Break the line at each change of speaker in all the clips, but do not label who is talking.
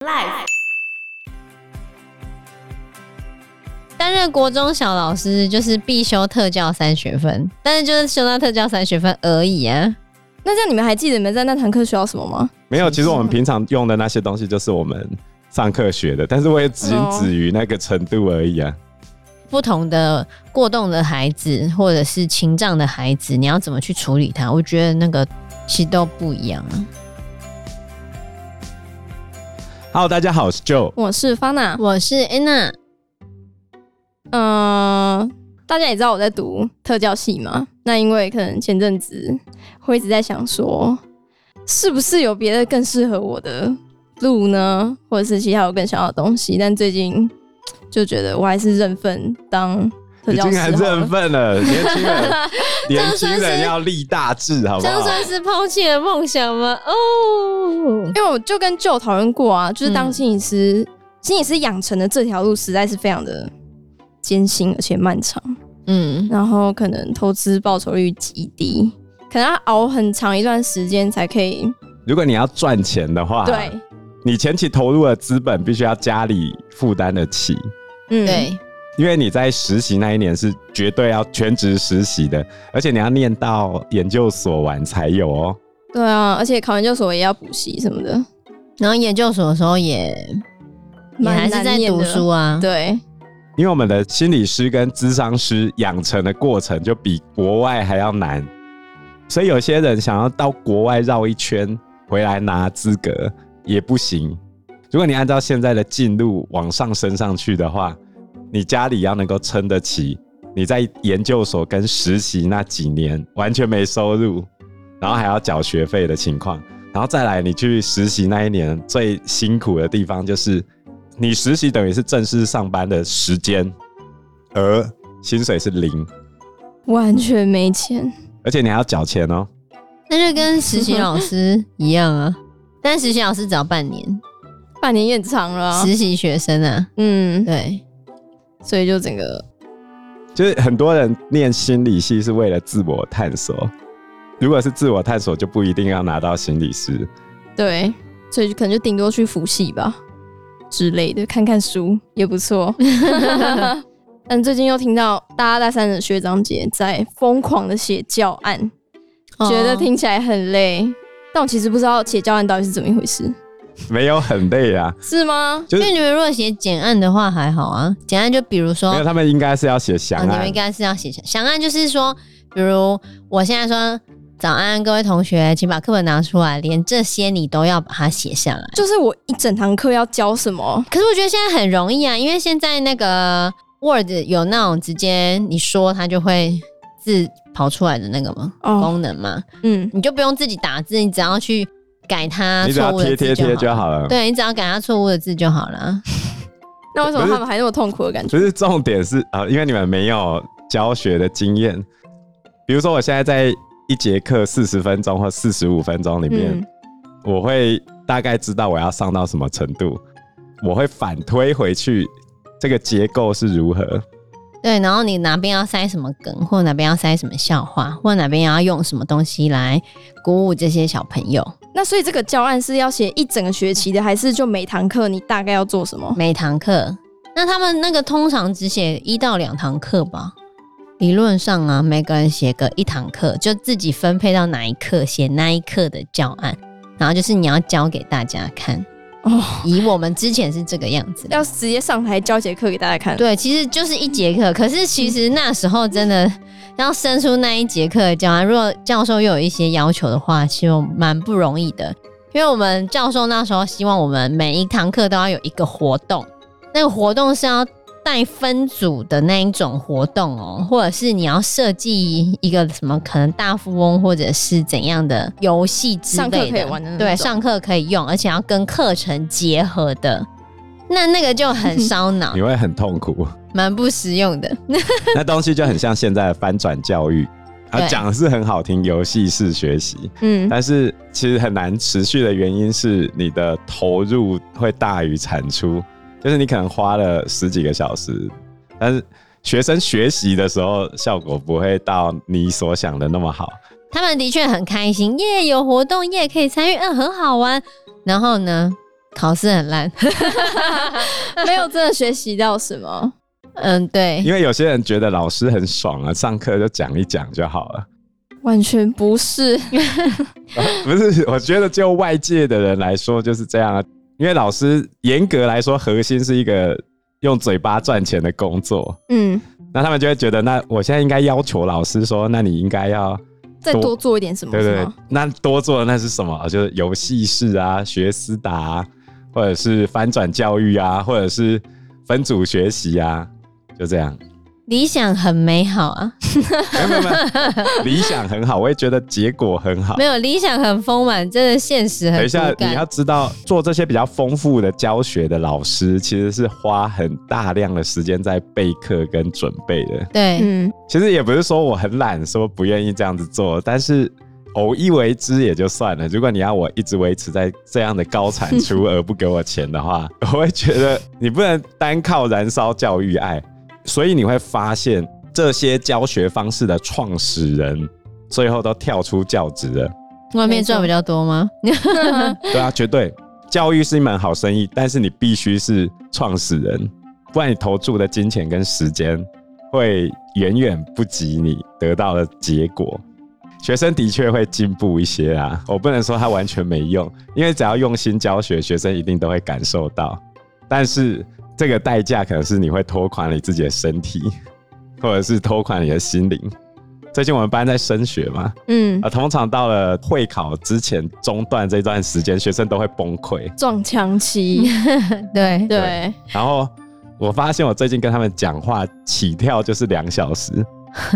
Life
担任国中小老师就是必修特教三学分，但是就是修到特教三学分而已啊。
那这样你们还记得你们在那堂课学到什么吗？
没有，其实我们平常用的那些东西就是我们上课学的，但是我也仅止于那个程度而已啊。
不同的过动的孩子或者是情障的孩子，你要怎么去处理他？我觉得那个其实都不一样啊。
Hello，大家好，我是 Joe。
我是方娜，
我是 Anna，
嗯、大家也知道我在读特教系嘛。那因为可能前阵子我一直在想说，是不是有别的更适合我的路呢，或者是其他我更想要的东西？但最近就觉得我还是认份当特
已
教
经
师
很
好了
认份了，年轻 人，年轻
这样算
人
是
要立大志，好不
这样
好？
算是抛弃了梦想吗？哦，
因为我就跟舅讨论过啊，就是当
嗯
心理师，心理师养成的这条路实在是非常的艰辛而且漫长。
嗯，
然后可能投资报酬率极低，可能要熬很长一段时间才可以。
如果你要赚钱的话，
对，，
你前期投入的资本必须要家里负担得起，
嗯，
对，
因为你在实习那一年是绝对要全职实习的，而且你要念到研究所完才有哦。
对啊，而且考研究所也要补习什么的，
然后研究所的时候也也还
蛮
是
难
在
念
读
的
书。啊，
对，
因为我们的心理师跟咨商师养成的过程就比国外还要难，所以有些人想要到国外绕一圈回来拿资格也不行。如果你按照现在的进度往上升上去的话，你家里要能够撑得起，你在研究所跟实习那几年完全没收入，然后还要缴学费的情况，然后再来你去实习那一年最辛苦的地方就是，你实习等于是正式上班的时间，而薪水是零，
完全没钱。
而且你还要缴钱哦。
那就跟实习老师一样啊，但实习老师只要半 年，
半年也长了、啊，
实习学生啊，
嗯，
对，
所以就整个
就是很多人念心理系是为了自我探索，如果是自我探索，就不一定要拿到心理师。
对，所以就可能就顶多去辅系吧之类的，看看书也 不错。 但最近又听到大家大三的学长姐在疯狂的写教案，觉得听起来很累，但我其实不知道写教案到底是怎么一回事，
没有很累啊，
是吗？
就
因
是
为你们如果写简案的话还好啊，简案就比如说，
没有，
啊、
他们应该是要写详
你
案
们应。该是要写详详案，就是说，比如我现在说早安，各位同学，请把课本拿出来，连这些你都要把它写下来。
就是我一整堂课要教什么？
可是我觉得现在很容易啊，因为现在那个 Word 有那种直接你说它就会字跑出来的那个嘛、
哦
功能嘛，
嗯，
你就不用自己打字，你只要去改它
你只
错
要
误的
贴贴
字
贴
就
就
好。
好了。
对你只要改它错误的字就好了。啊
那为什么
不是
他们还那么痛苦的感觉？
不是重点是啊、呃因为你们没有教学的经验。比如说，我现在在一节课四十分钟或四十五分钟里面，
嗯，
我会大概知道我要上到什么程度，我会反推回去这个结构是如何。
对，然后你哪边要塞什么梗，或哪边要塞什么笑话，或哪边要用什么东西来鼓舞这些小朋友。
那所以这个教案是要写一整个学期的，还是就每堂课你大概要做什么？
每堂课，那他们那个通常只写一到两堂课吧。理论上啊，每个人写个一堂课，就自己分配到哪一课写那一课的教案，然后就是你要教给大家看。
哦，
以我们之前是这个样子，
要直接上台教一节课给大家看。
对，其实就是一节课。可是其实那时候真的要生出那一节课的教案，如果教授又有一些要求的话，其实蛮不容易的。因为我们教授那时候希望我们每一堂课都要有一个活动，那个活动是要带分组的那一种活动哦，或者是你要设计一个什么可能大富翁或者是怎样的游戏之
上课
类的，
可以玩的那
对，
种
上课可以用，而且要跟课程结合的，那那个就很烧脑
你。会很痛苦，
蛮不实用的。
那东西就很像现在的翻转教育，啊，
对
讲的是很好听，游戏式学习，
嗯，
但是其实很难持续的原因是你的投入会大于产出，就是你可能花了十几个小时，但是学生学习的时候效果不会到你所想的那么好。
他们的确很开心，耶，有活动，耶，可以参与，嗯，很好玩。然后呢，考试很烂。
没有真的学习到什么。
嗯，对，
因为有些人觉得老师很爽啊，上课就讲一讲就好了。
完全不是，
不是，我觉得就外界的人来说就是这样啊。因为老师严格来说，核心是一个用嘴巴赚钱的工作，
嗯，
那他们就会觉得，那我现在应该要求老师说，那你应该要
再
多
多做一点什么
对
是
对
吗？，
那多做的那是什么？就是游戏室啊，学思达、啊，或者是翻转教育啊，或者是分组学习啊，就这样。
理想很美好啊，
没有没有，没有理想很好，我也觉得结果很好
没。有理想很丰满，真的现实
等
很
一下
骨，
你
感
要知道，做这些比较丰富的教学的老师，其实是花很大量的时间在备课跟准备的。
对，
嗯，
其实也不是说我很懒，说不愿意这样子做，但是偶一为之也就算了。如果你要我一直维持在这样的高产出而不给我钱的话， 我会觉得你不能单靠燃烧教育爱。所以你会发现，这些教学方式的创始人最后都跳出教职了。
外面赚比较多吗？
对啊，绝对。教育是一门好生意，但是你必须是创始人，不然你投注的金钱跟时间会远远不及你得到的结果。学生的确会进步一些啊，我不能说他完全没用，因为只要用心教学，学生一定都会感受到。但是这个代价可能是你会拖垮你自己的身体，或者是拖垮你的心灵。最近我们班在升学嘛，
嗯
啊，，通常到了会考之前中断这段时间，学生都会崩溃。
撞墙 期，
对，
对，
然后我发现我最近跟他们讲话起跳就是两小时，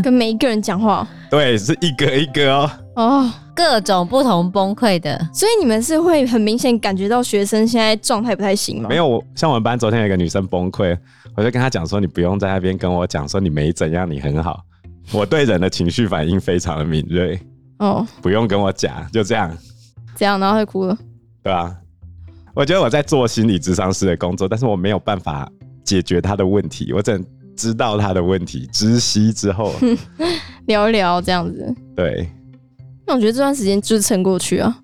跟每一个人讲话
对，是一个一个哦。
哦。
各种不同崩溃的，
所以你们是会很明显感觉到学生现在状态不太行吗？
没有，我像我们班昨天有一个女生崩溃，我就跟她讲说，你不用在那边跟我讲说你没怎样，你很好。我对人的情绪反应非常的敏锐，
哦，
不用跟我讲，就这样，
这样然后就哭了。
对吧、我觉得我在做心理咨商师的工作，但是我没有办法解决她的问题，我只能知道她的问题，知悉之后，
聊一聊这样子。
对，
那我觉得这段时间就是撑过 去啊，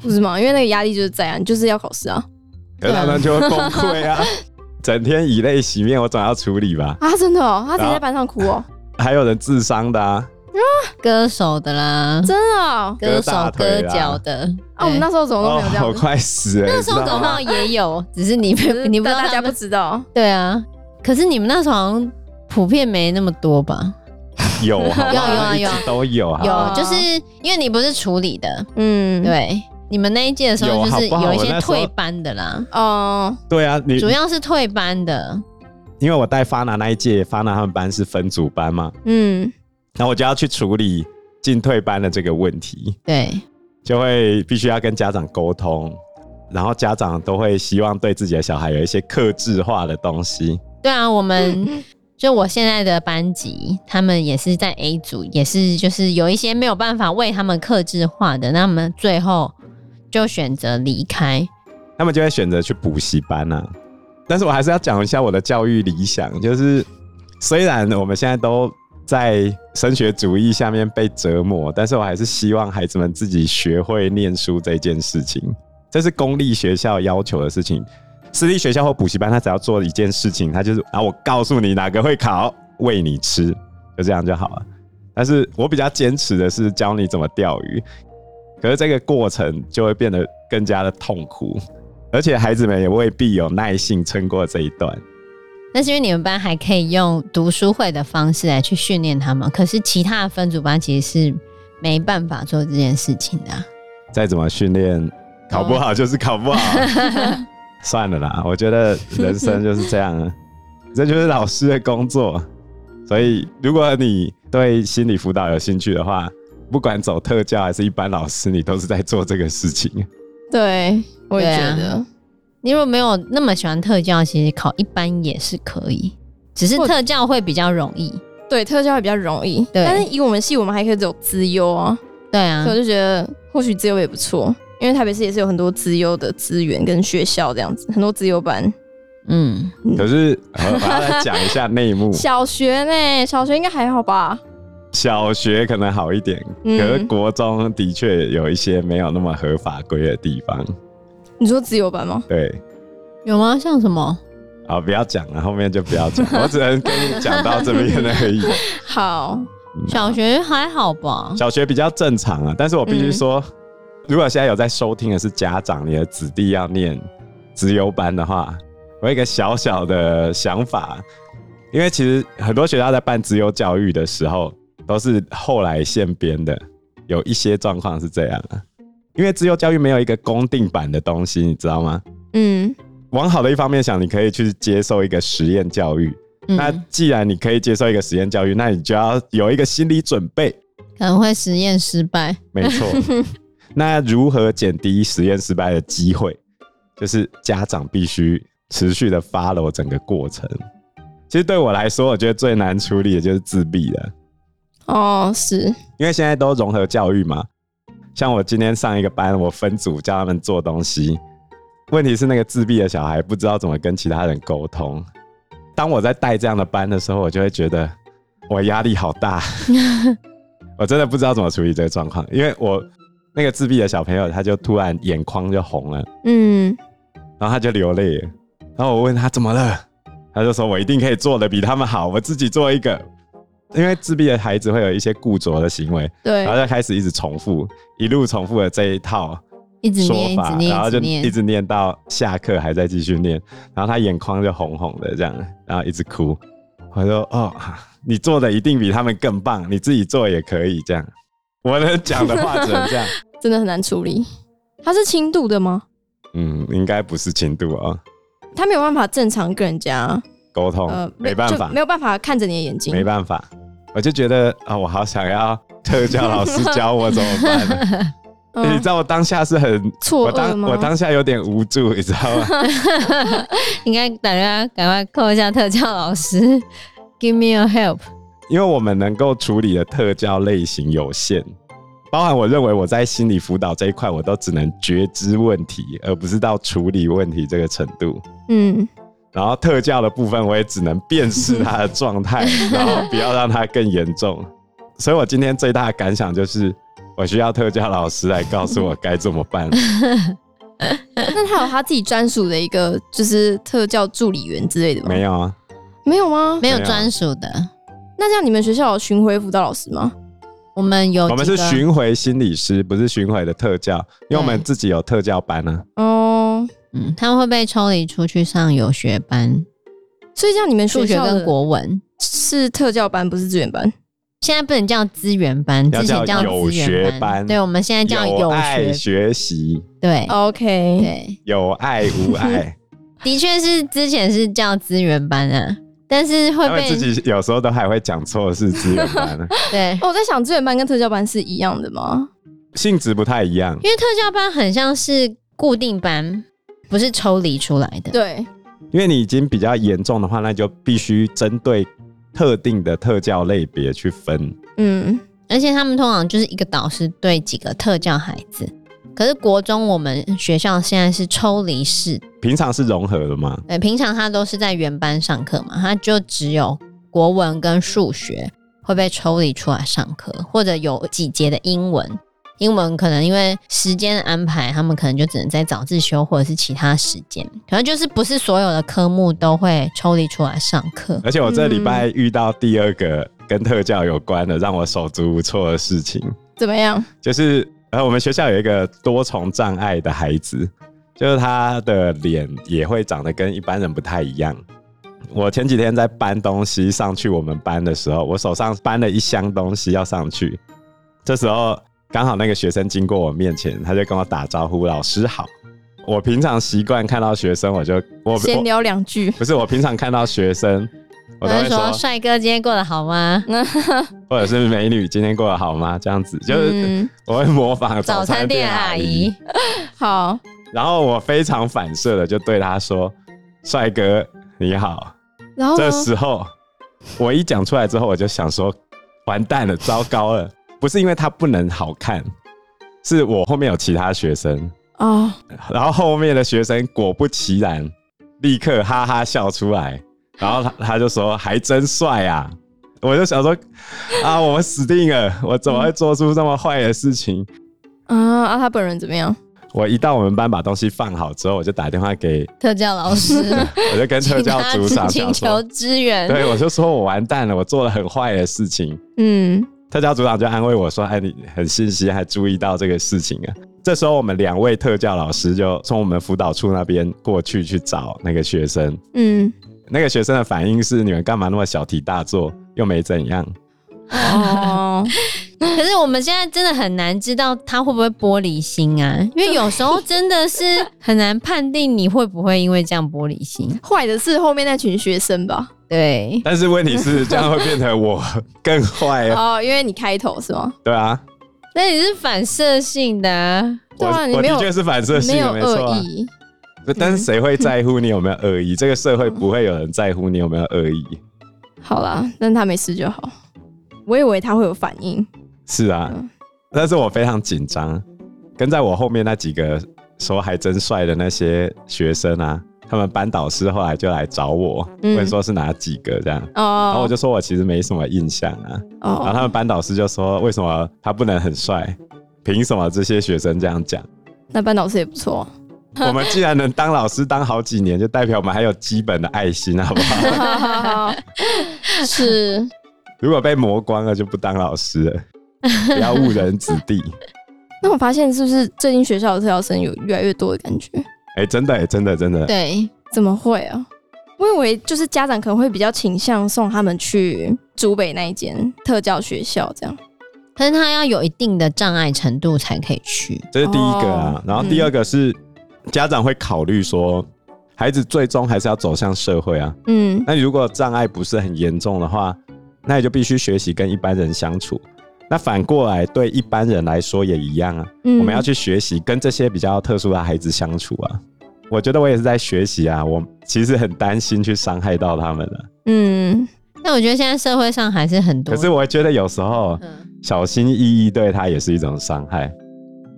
不是吗？因为那个压力就是在啊，你就是要考试啊
可是他们就会崩溃 啊，整天以泪洗面，我总要处理吧。
啊！真的哦，他直接在班上哭哦，
还有人智商的啊，
歌手的啦，
真的哦。
歌手
割
割
大腿啦
脚的。
啊，我们
对
那时候怎么都没有这
我
样子，
哦快死了。
那时候
你知道
搞不
吗
好也有，只是你不
只是
你不知道
大
他
家
们
不知道。
对啊，可是你们那时候好像普遍没那么多吧？
有，好不
有有
好
啊
一
有啊
直都有啊，
有，
啊
就是因为你不是处理的，
嗯，，
对，你们那一届的时候
有
就是
好不好
有一
我
些
那时候
退班的啦，
哦，
对啊，你
主要是退班的，
因为我带发拿那一届，发拿他们班是分组班嘛，
嗯，
然后我就要去处理进退班的这个问题，
对，
就会必须要跟家长沟通，然后家长都会希望对自己的小孩有一些克制化的东西。
对啊，我们。
嗯
就我现在的班级，他们也是在 A 组，也是就是有一些没有办法为他们克制化的，那他们最后就选择离开。
他们就会选择去补习班啊。但是我还是要讲一下我的教育理想，就是虽然我们现在都在升学主义下面被折磨，但是我还是希望孩子们自己学会念书这件事情，这是公立学校要求的事情。私立学校或补习班，他只要做一件事情，他就是啊，我告诉你哪个会考，喂你吃，就这样就好了。但是我比较坚持的是教你怎么钓鱼，可是这个过程就会变得更加的痛苦。而且孩子们也未必有耐性撑过这一段。
那是因为你们班还可以用读书会的方式来去训练他们，可是其他的分组班其实是没办法做这件事情的啊、
再怎么训练，考不好就是考不好， 算了啦。我觉得人生就是这样，啊， 这就是老师的工作。所以，如果你对心理辅导有兴趣的话，不管走特教还是一般老师，你都是在做这个事情。
对，我也
对
觉
啊
得，
你如果没有那么喜欢特教，其实考一般也是可以，只是
或
特教会比较容易。
对，特教会比较容易，
对
但是以我们系，我们还可以走资优啊，
对
所
啊
以我，就觉得或许资优也不错，因为台北市也是有很多资优的资源跟学校这样子，很多资优班。。
嗯，
可是，呃我要来讲一下内 幕
小学呢，小学应该还好吧？
小学可能好一点，
嗯
可是国中的确有一些没有那么合法规的地方。
你你说自由班吗？
对，
有吗？像什么？
好，不要讲了，后面就不要讲，我只能跟你讲到这边而已。
好，
嗯
小学还好吧？
小学比较正常啊，但是我必须说，如果现在有在收听的是家长，你的子弟要念资优班的话，我有一个小小的想法，因为其实很多学校在办资优教育的时候，都是后来现编的，有一些状况是这样啊，因为资优教育没有一个公定版的东西，你知道吗？
嗯
往好的一方面想，你可以去接受一个实验教育。
嗯，
那既然你可以接受一个实验教育，那你就要有一个心理准备，
可能会实验失败。
没错。那如何减低实验失败的机会？就是家长必须持续的 follow 整个过程。其实对我来说，我觉得最难处理的就是自闭了，
哦是，
因为现在都融合教育嘛。像我今天上一个班，我分组教他们做东西，问题是那个自闭的小孩不知道怎么跟其他人沟通。当我在带这样的班的时候，我就会觉得我压力好大，我真的不知道怎么处理这个状况，因为我那个自闭的小朋友，他就突然眼眶就红了，
嗯
然后他就流泪了，然后我问他怎么了，他就说我一定可以做的比他们好，我自己做一个。因为自闭的孩子会有一些固着的行为，
对
然后就开始一直重复，一路重复了这一套
一直念，
说
一直
法，
念，
然后
一
就
直
一
念，
直念到下课还在继续念，然后他眼眶就红红的这样，然后一直哭。我说：“哦，你做的一定比他们更棒，你自己做也可以。”这样，我能讲的话只 能这样。
真的很难处理。他是轻度的吗？
嗯，应该不是轻度啊、
他没有办法正常跟人家
沟通、哦
呃
没办
就
法
没，有办法看着你的眼睛，
没办法。我就觉得啊、我好想要特教老师教我怎么办呢、
嗯
你知道我当下是很，
错
我
愕
当
吗？
我当下有点无助，你知道吗？
应该打电话赶快扣一下特教老师，Give me a help。
因为我们能够处理的特教类型有限，包含我认为我在心理辅导这一块，我都只能觉知问题，而不是到处理问题这个程度。
嗯
然后特教的部分，我也只能辨识他的 状态，然后不要让他更严重。所以我今天最大的感想就是，我需要特教老师来告诉我该怎么 办。
那他有他自己专属的一个，就是特教助理员之类的吗？
没，有啊，
没有吗？
没有
没有
专属的，
那这样你们学校有巡回辅导老师吗？
我们有
我们是
几个
巡回心理师，不是巡回的特教，因为我们自己有特教班啊。
哦，
嗯，他们会被抽离出去上有学班，
所以这样你们
数
学
学
校
跟
的
国文。
是特教班，不是志愿班。
现在不能叫资源班，
要
之前叫
叫有
资源
学班
对，我们现在叫
有
有
爱
学，
学习，
对
OK，
哦对，
有爱无爱，
的确是之前是叫资源班啊，但是会
他们自
被
己有时候都还会讲错是资源班 啊，
对，
哦我在想志愿班跟特教班是一样的吗？
性质不太一样。
因为特教班很像是固定班，不是抽离出来的。
对，
因为你已经比较严重的话，那就必须针对特定的特教类别去分。
嗯，
而且他们通常就是一个导师对几个特教孩子。可是国中我们学校现在是抽离式，
平常是融合的嘛，
对，平常他都是在原班上课嘛，他就只有国文跟数学会被抽离出来上课，或者有几节的英文。英文可能因为时间安排，他们可能就只能在早自修或者是其他时间，可能就是不是所有的科目都会抽离出来上课。
而且我这礼拜
嗯
遇到第二个跟特教有关的，让我手足无措的事情，
怎么样？
就是呃，我们学校有一个多重障碍的孩子，就是他的脸也会长得跟一般人不太一样。我前几天在搬东西上去我们班的时候，我手上搬了一箱东西要上去，这时候刚好那个学生经过我面前，他就跟我打招呼：“老师好。”我平常习惯看到学生，我就我
闲
我
聊两句。
不是我平常看到学生，我都
我
会
就
说
说：“帅哥，今天过得好吗
或者是美女今天过得好吗？”这样子就是
嗯，
我会模仿？”
早
早
餐
餐
店
店
阿
阿姨
姨。，
好，
然后我非常反射的就对他说：“帅哥你好。
然”后呢
这时候我一讲出来之后，我就想说：“完蛋了，糟糕了！”不是因为他不能好看，是我后面有其他学生，
哦，
然后后面的学生果不其然，立刻哈哈笑出来，然后他他就说：“还真帅啊！” 我就想说：“啊，我死定了！我怎么会做出这么坏的事情？”
啊啊，他本人怎么样？
我一到我们班把东西放好之后，我就打电话给，
特教老师，
我就跟 特
请
教
他
组长
请
讲
求
说，
支援。
对我就说我完蛋了，我做了很坏的事情。
嗯，
特教组长就安慰我说：“哎，你很信息，还注意到这个事情啊。”这时候，我们两位特教老师就从我们辅导处那边过去去找那个学生。
嗯，
那个学生的反应是：“你们干嘛那么小题大做？又没怎样。
哦，
可是我们现在真的很难知道他会不会玻璃心啊，因为有时候真的是很难判定你会不会因为这样玻璃心。
坏的是后面那群学生吧？
对”，
但是问题是，这样会变成我 更坏啊，
哦，因为你开头是吗？
对啊，
那你是反射性的啊、
我
对啊你
我
没有
的确是反射性
没有
的，没错
恶
啊。
意，
但是谁会在乎你有没有恶意？这个社会不会有人在乎你有没有恶意。
好啦，让他没事就好。我以为他会有反应，
是啊
嗯，
但是我非常紧张，跟在我后面那几个说还真帅的那些学生啊，他们班导师后来就来找我，
嗯
问说是哪几个这样，然后我
哦
就说我其实没什么印象啊，然后
哦，
他们班导师就说为什么他不能很帅，凭什么这些学生这样 讲？
那班导师也不错，
我们既然能当老师当好几年，就代表我们还有基本的爱心，好不好？
是
如果被磨光了，就不当老师了，不要误人子弟。
那我发现是不是最近学校的特教生有越来越多的感觉？
哎、真的、哎，真的，真的，
对，
怎么会啊？我以为就是家长可能会比较倾向送他们去竹北那一间特教学校，这样
可是他要有一定的障碍程度才可以去。
这是第一个
哦
啊。
嗯
然后第二个是、家长会考虑说，孩子最终还是要走向社会啊。
嗯
那你如果障碍不是很严重的话，那你就必须学习跟一般人相处。那反过来对一般人来说也一样啊，
嗯，
我们要去学习跟这些比较特殊的孩子相处啊。我觉得我也是在学习啊，我其实很担心去伤害到他们啊了。
嗯
但我觉得现在社会上还是很多，
可是我觉得有时候
嗯
小心翼翼对他也是一种伤害，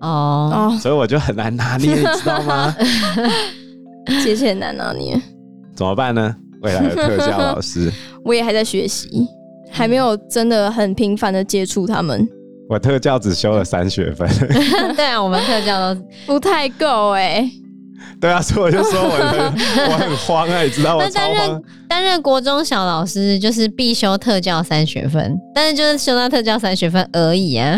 哦，
哦，
所以我就很难拿捏，你知道吗？
界限难拿捏，
怎么办呢？未来的特教 老师，
我也还在学习，还没有真的很频繁的接触他们，
我特教只修了三学分，
对啊，我们特教都，
不太够哎、
对啊，所以我就说我 很我很慌啊，你知道我
那
超
担
慌
任，担任国中小老师就是必修特教三学分，但是就是修到特教三学分而已啊，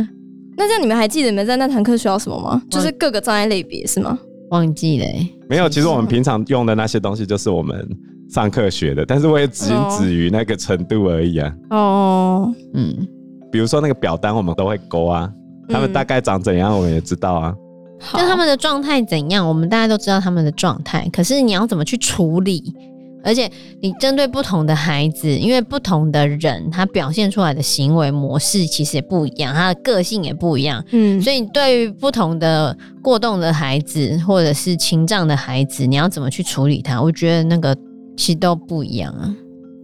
那这样你们还记得你们在那堂课学到什么吗？就是各个障碍类别是吗？
忘记了、欸。
没有。其实我们平常用的那些东西就是我们上课学的，但是我也仅止于那个程度而已啊。
哦，
嗯，
比如说那个表单，我们都会勾啊，他们大概长怎样我们也知道啊。
嗯
嗯
好
就他们的状态怎样，我们大家都知道他们的状态，可是你要怎么去处理？而且你针对不同的孩子，因为不同的人，他表现出来的行为模式其实也不一样，他的个性也不一样，
嗯
所以你对于不同的过动的孩子或者是情障的孩子，你要怎么去处理他？我觉得那个其实都不一样啊。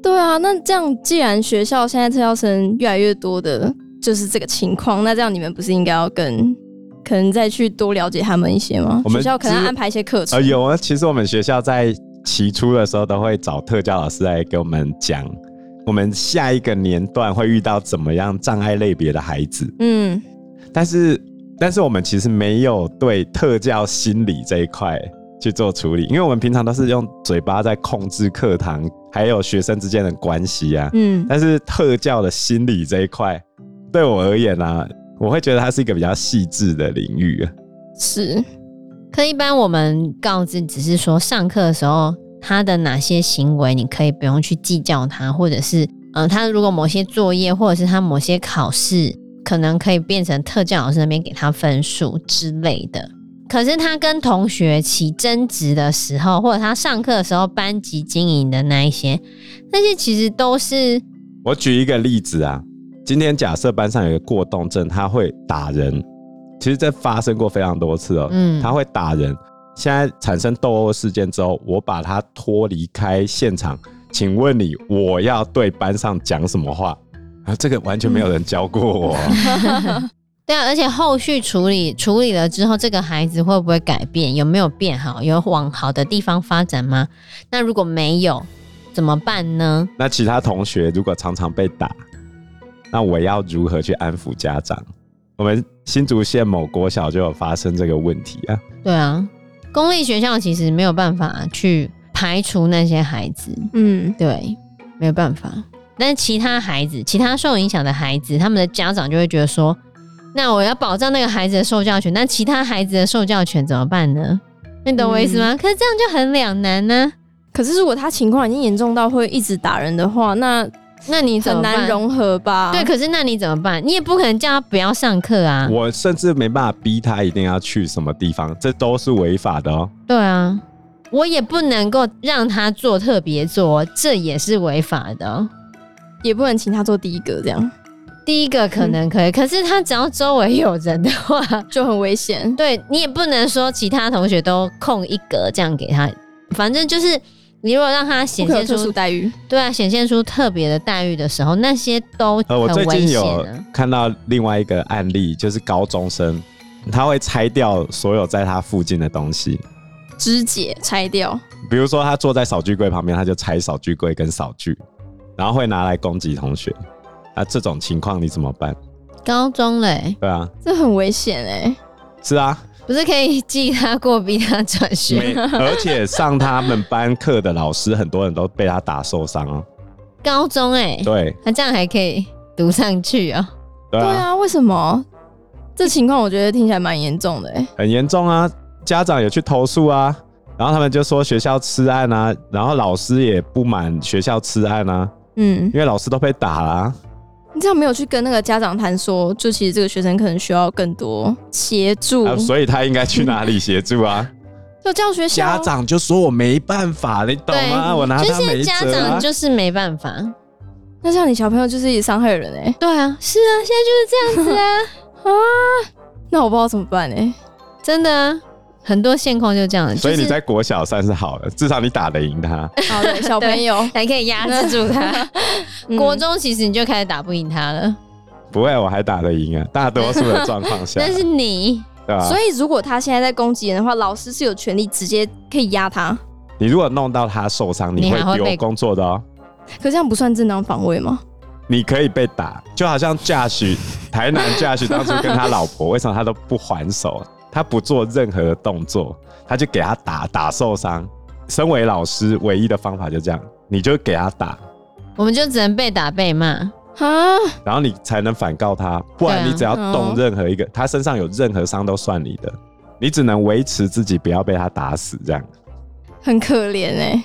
对啊，那这样既然学校现在特教生越来越多的，就是这个情况，那这样你们不是应该要跟可能再去多了解他们一些吗？
我们
学校可能
之
要安排一些课程。
啊，有啊，其实我们学校在起初的时候都会找特教老师来给我们讲，我们下一个年段会遇到怎么样障碍类别的孩子。
嗯，
但是，但是我们其实没有对特教心理这一块去做处理，因为我们平常都是用嘴巴在控制课堂还有学生之间的关系啊。
嗯
但是特教的心理这一块，对我而言啊，我会觉得它是一个比较细致的领域啊。
是，
可一般我们告知只是说上课的时候他的哪些行为，你可以不用去计较他，或者是嗯、呃他如果某些作业或者是他某些考试，可能可以变成特教老师那边给他分数之类的。可是他跟同学起争执的时候，或者他上课的时候班级经营的那一些，那些其实都是
我举一个例子啊，今天假设班上有一个过动症，他会打人，其实这发生过非常多次哦。
嗯
他会打人，现在产生斗殴事件之后，我把他拖离开现场，请问你我要对班上讲什么话？嗯啊，这个完全没有人教过我。
对啊，而且后续处理处理了之后，这个孩子会不会改变？有没有变好？有往好的地方发展吗？那如果没有，怎么办呢？
那其他同学如果常常被打，那我要如何去安抚家长？我们新竹县某国小就有发生这个问题啊。
对啊，公立学校其实没有办法去排除那些孩子，
嗯，
对，没有办法。但是其他孩子，其他受影响的孩子，他们的家长就会觉得说，那我要保障那个孩子的受教权，那其他孩子的受教权怎么办呢？你懂我意思
嗯
吗？可是这样就很两难呢、
可是如果他情况已经严重到会一直打人的话，那
那你怎
很
么办
难融合
啊
吧？
对，可是那你怎么办？你也不可能叫他不要上课啊。
我甚至没办法逼他一定要去什么地方，这都是违法的哦。
对啊，我也不能够让他做特别做，这也是违法的哦。
也不能请他做第一个，这样
第一个可能可以，可是他只要周围有人的话，
就很危险。
对你也不能说其他同学都空一格这样给他，反正就是你如果让他
不
显
可有
现
特殊
出
待遇，
对啊，显现出特别的待遇的时候，那些都
呃，我最
很危
近
险
有
啊。
看到另外一个案例，就是高中生，他会拆掉所有在他附近的东西，
肢解拆掉，
比如说他坐在扫具柜旁边，他就拆扫具柜跟扫具，然后会拿来攻击同学。啊，这种情况你怎么办？
高中嘞、
对啊，
这很危险哎、
是啊，
不是可以记他过，逼他转学？
每 而且上他们班课的老师，很多人都被他打受伤哦。
高中哎、
对
那、这样还可以读上去哦、
对
对
啊，
啊，为什么？这情况我觉得听起来蛮严重的哎、
很严重啊，家长也去投诉啊，然后他们就说学校吃案啊，然后老师也不满学校吃案啊，
嗯，
因为老师都被打啊啦、
你这样没有去跟那个家长谈说，就其实这个学生可能需要更多协
嗯
助，
啊，所以他应该去哪里协助 啊？
就教学校
家长就说我没办法，你懂吗？
对
我拿
就
他
是
没
家
辙啊
长。就是没办法，
那像你小朋友就是也伤害人哎、
对啊，是啊，现在就是这样子啊，
那我不知道怎么办哎、
真的啊，很多现况就这样，
所以你
就是，
在国小算是好的，至少你打得赢他。
好的，小朋友
还可以压制住 他。
嗯
国中其实你就开始打不赢他了，
不会，我还打得赢啊，大多数的状况 下，
但是你
对吧、
所以如果他现在在攻击人的话，老师是有权利直接可以压他，
你如果弄到他受伤，
你
你会
还会被
丢工作的哦。
可这样不算正当防卫吗？
你可以被打，就好像 Josh 台南 Josh 当初跟他老婆，为什么他都不还手？他不做任何的动作，他就给他打，打受伤。身为老师，唯一的方法就这样，你就给他打，
我们就只能被打被骂。
啊，
然后你才能反告他，不然
对啊
你只要动任何一个，他身上有任何伤都算你的，你只能维持自己不要被他打死这样。
很可怜哎、